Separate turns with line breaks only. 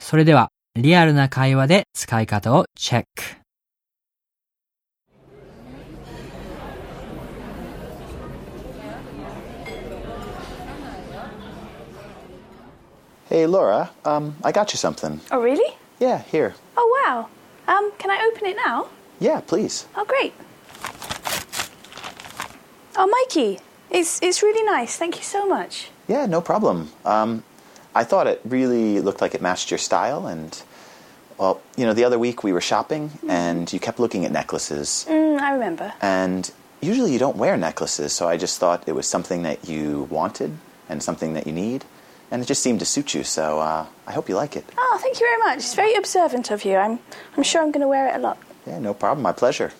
それでは、リアルな会話で使い方をチェック。
Hey, Laura, um, I got you something.
Oh, really?
Yeah, here.
Oh, wow. Um, can I open it now?
Yeah, please.
Oh, great. Oh, Mikey, it's, it's really nice. Thank you so much.
Yeah, no problem. Um, I thought it really looked like it matched your style, and, well, you know, the other week we were shopping, and you kept looking at necklaces,
Mm, I remember.
and usually you don't wear necklaces, so I just thought it was something that you wanted and something that you need, and it just seemed to suit you, so uh, I hope you like it.
Oh, thank you very much. It's very observant of you. I'm, I'm sure I'm going to wear it a lot.
Yeah, no problem. My pleasure.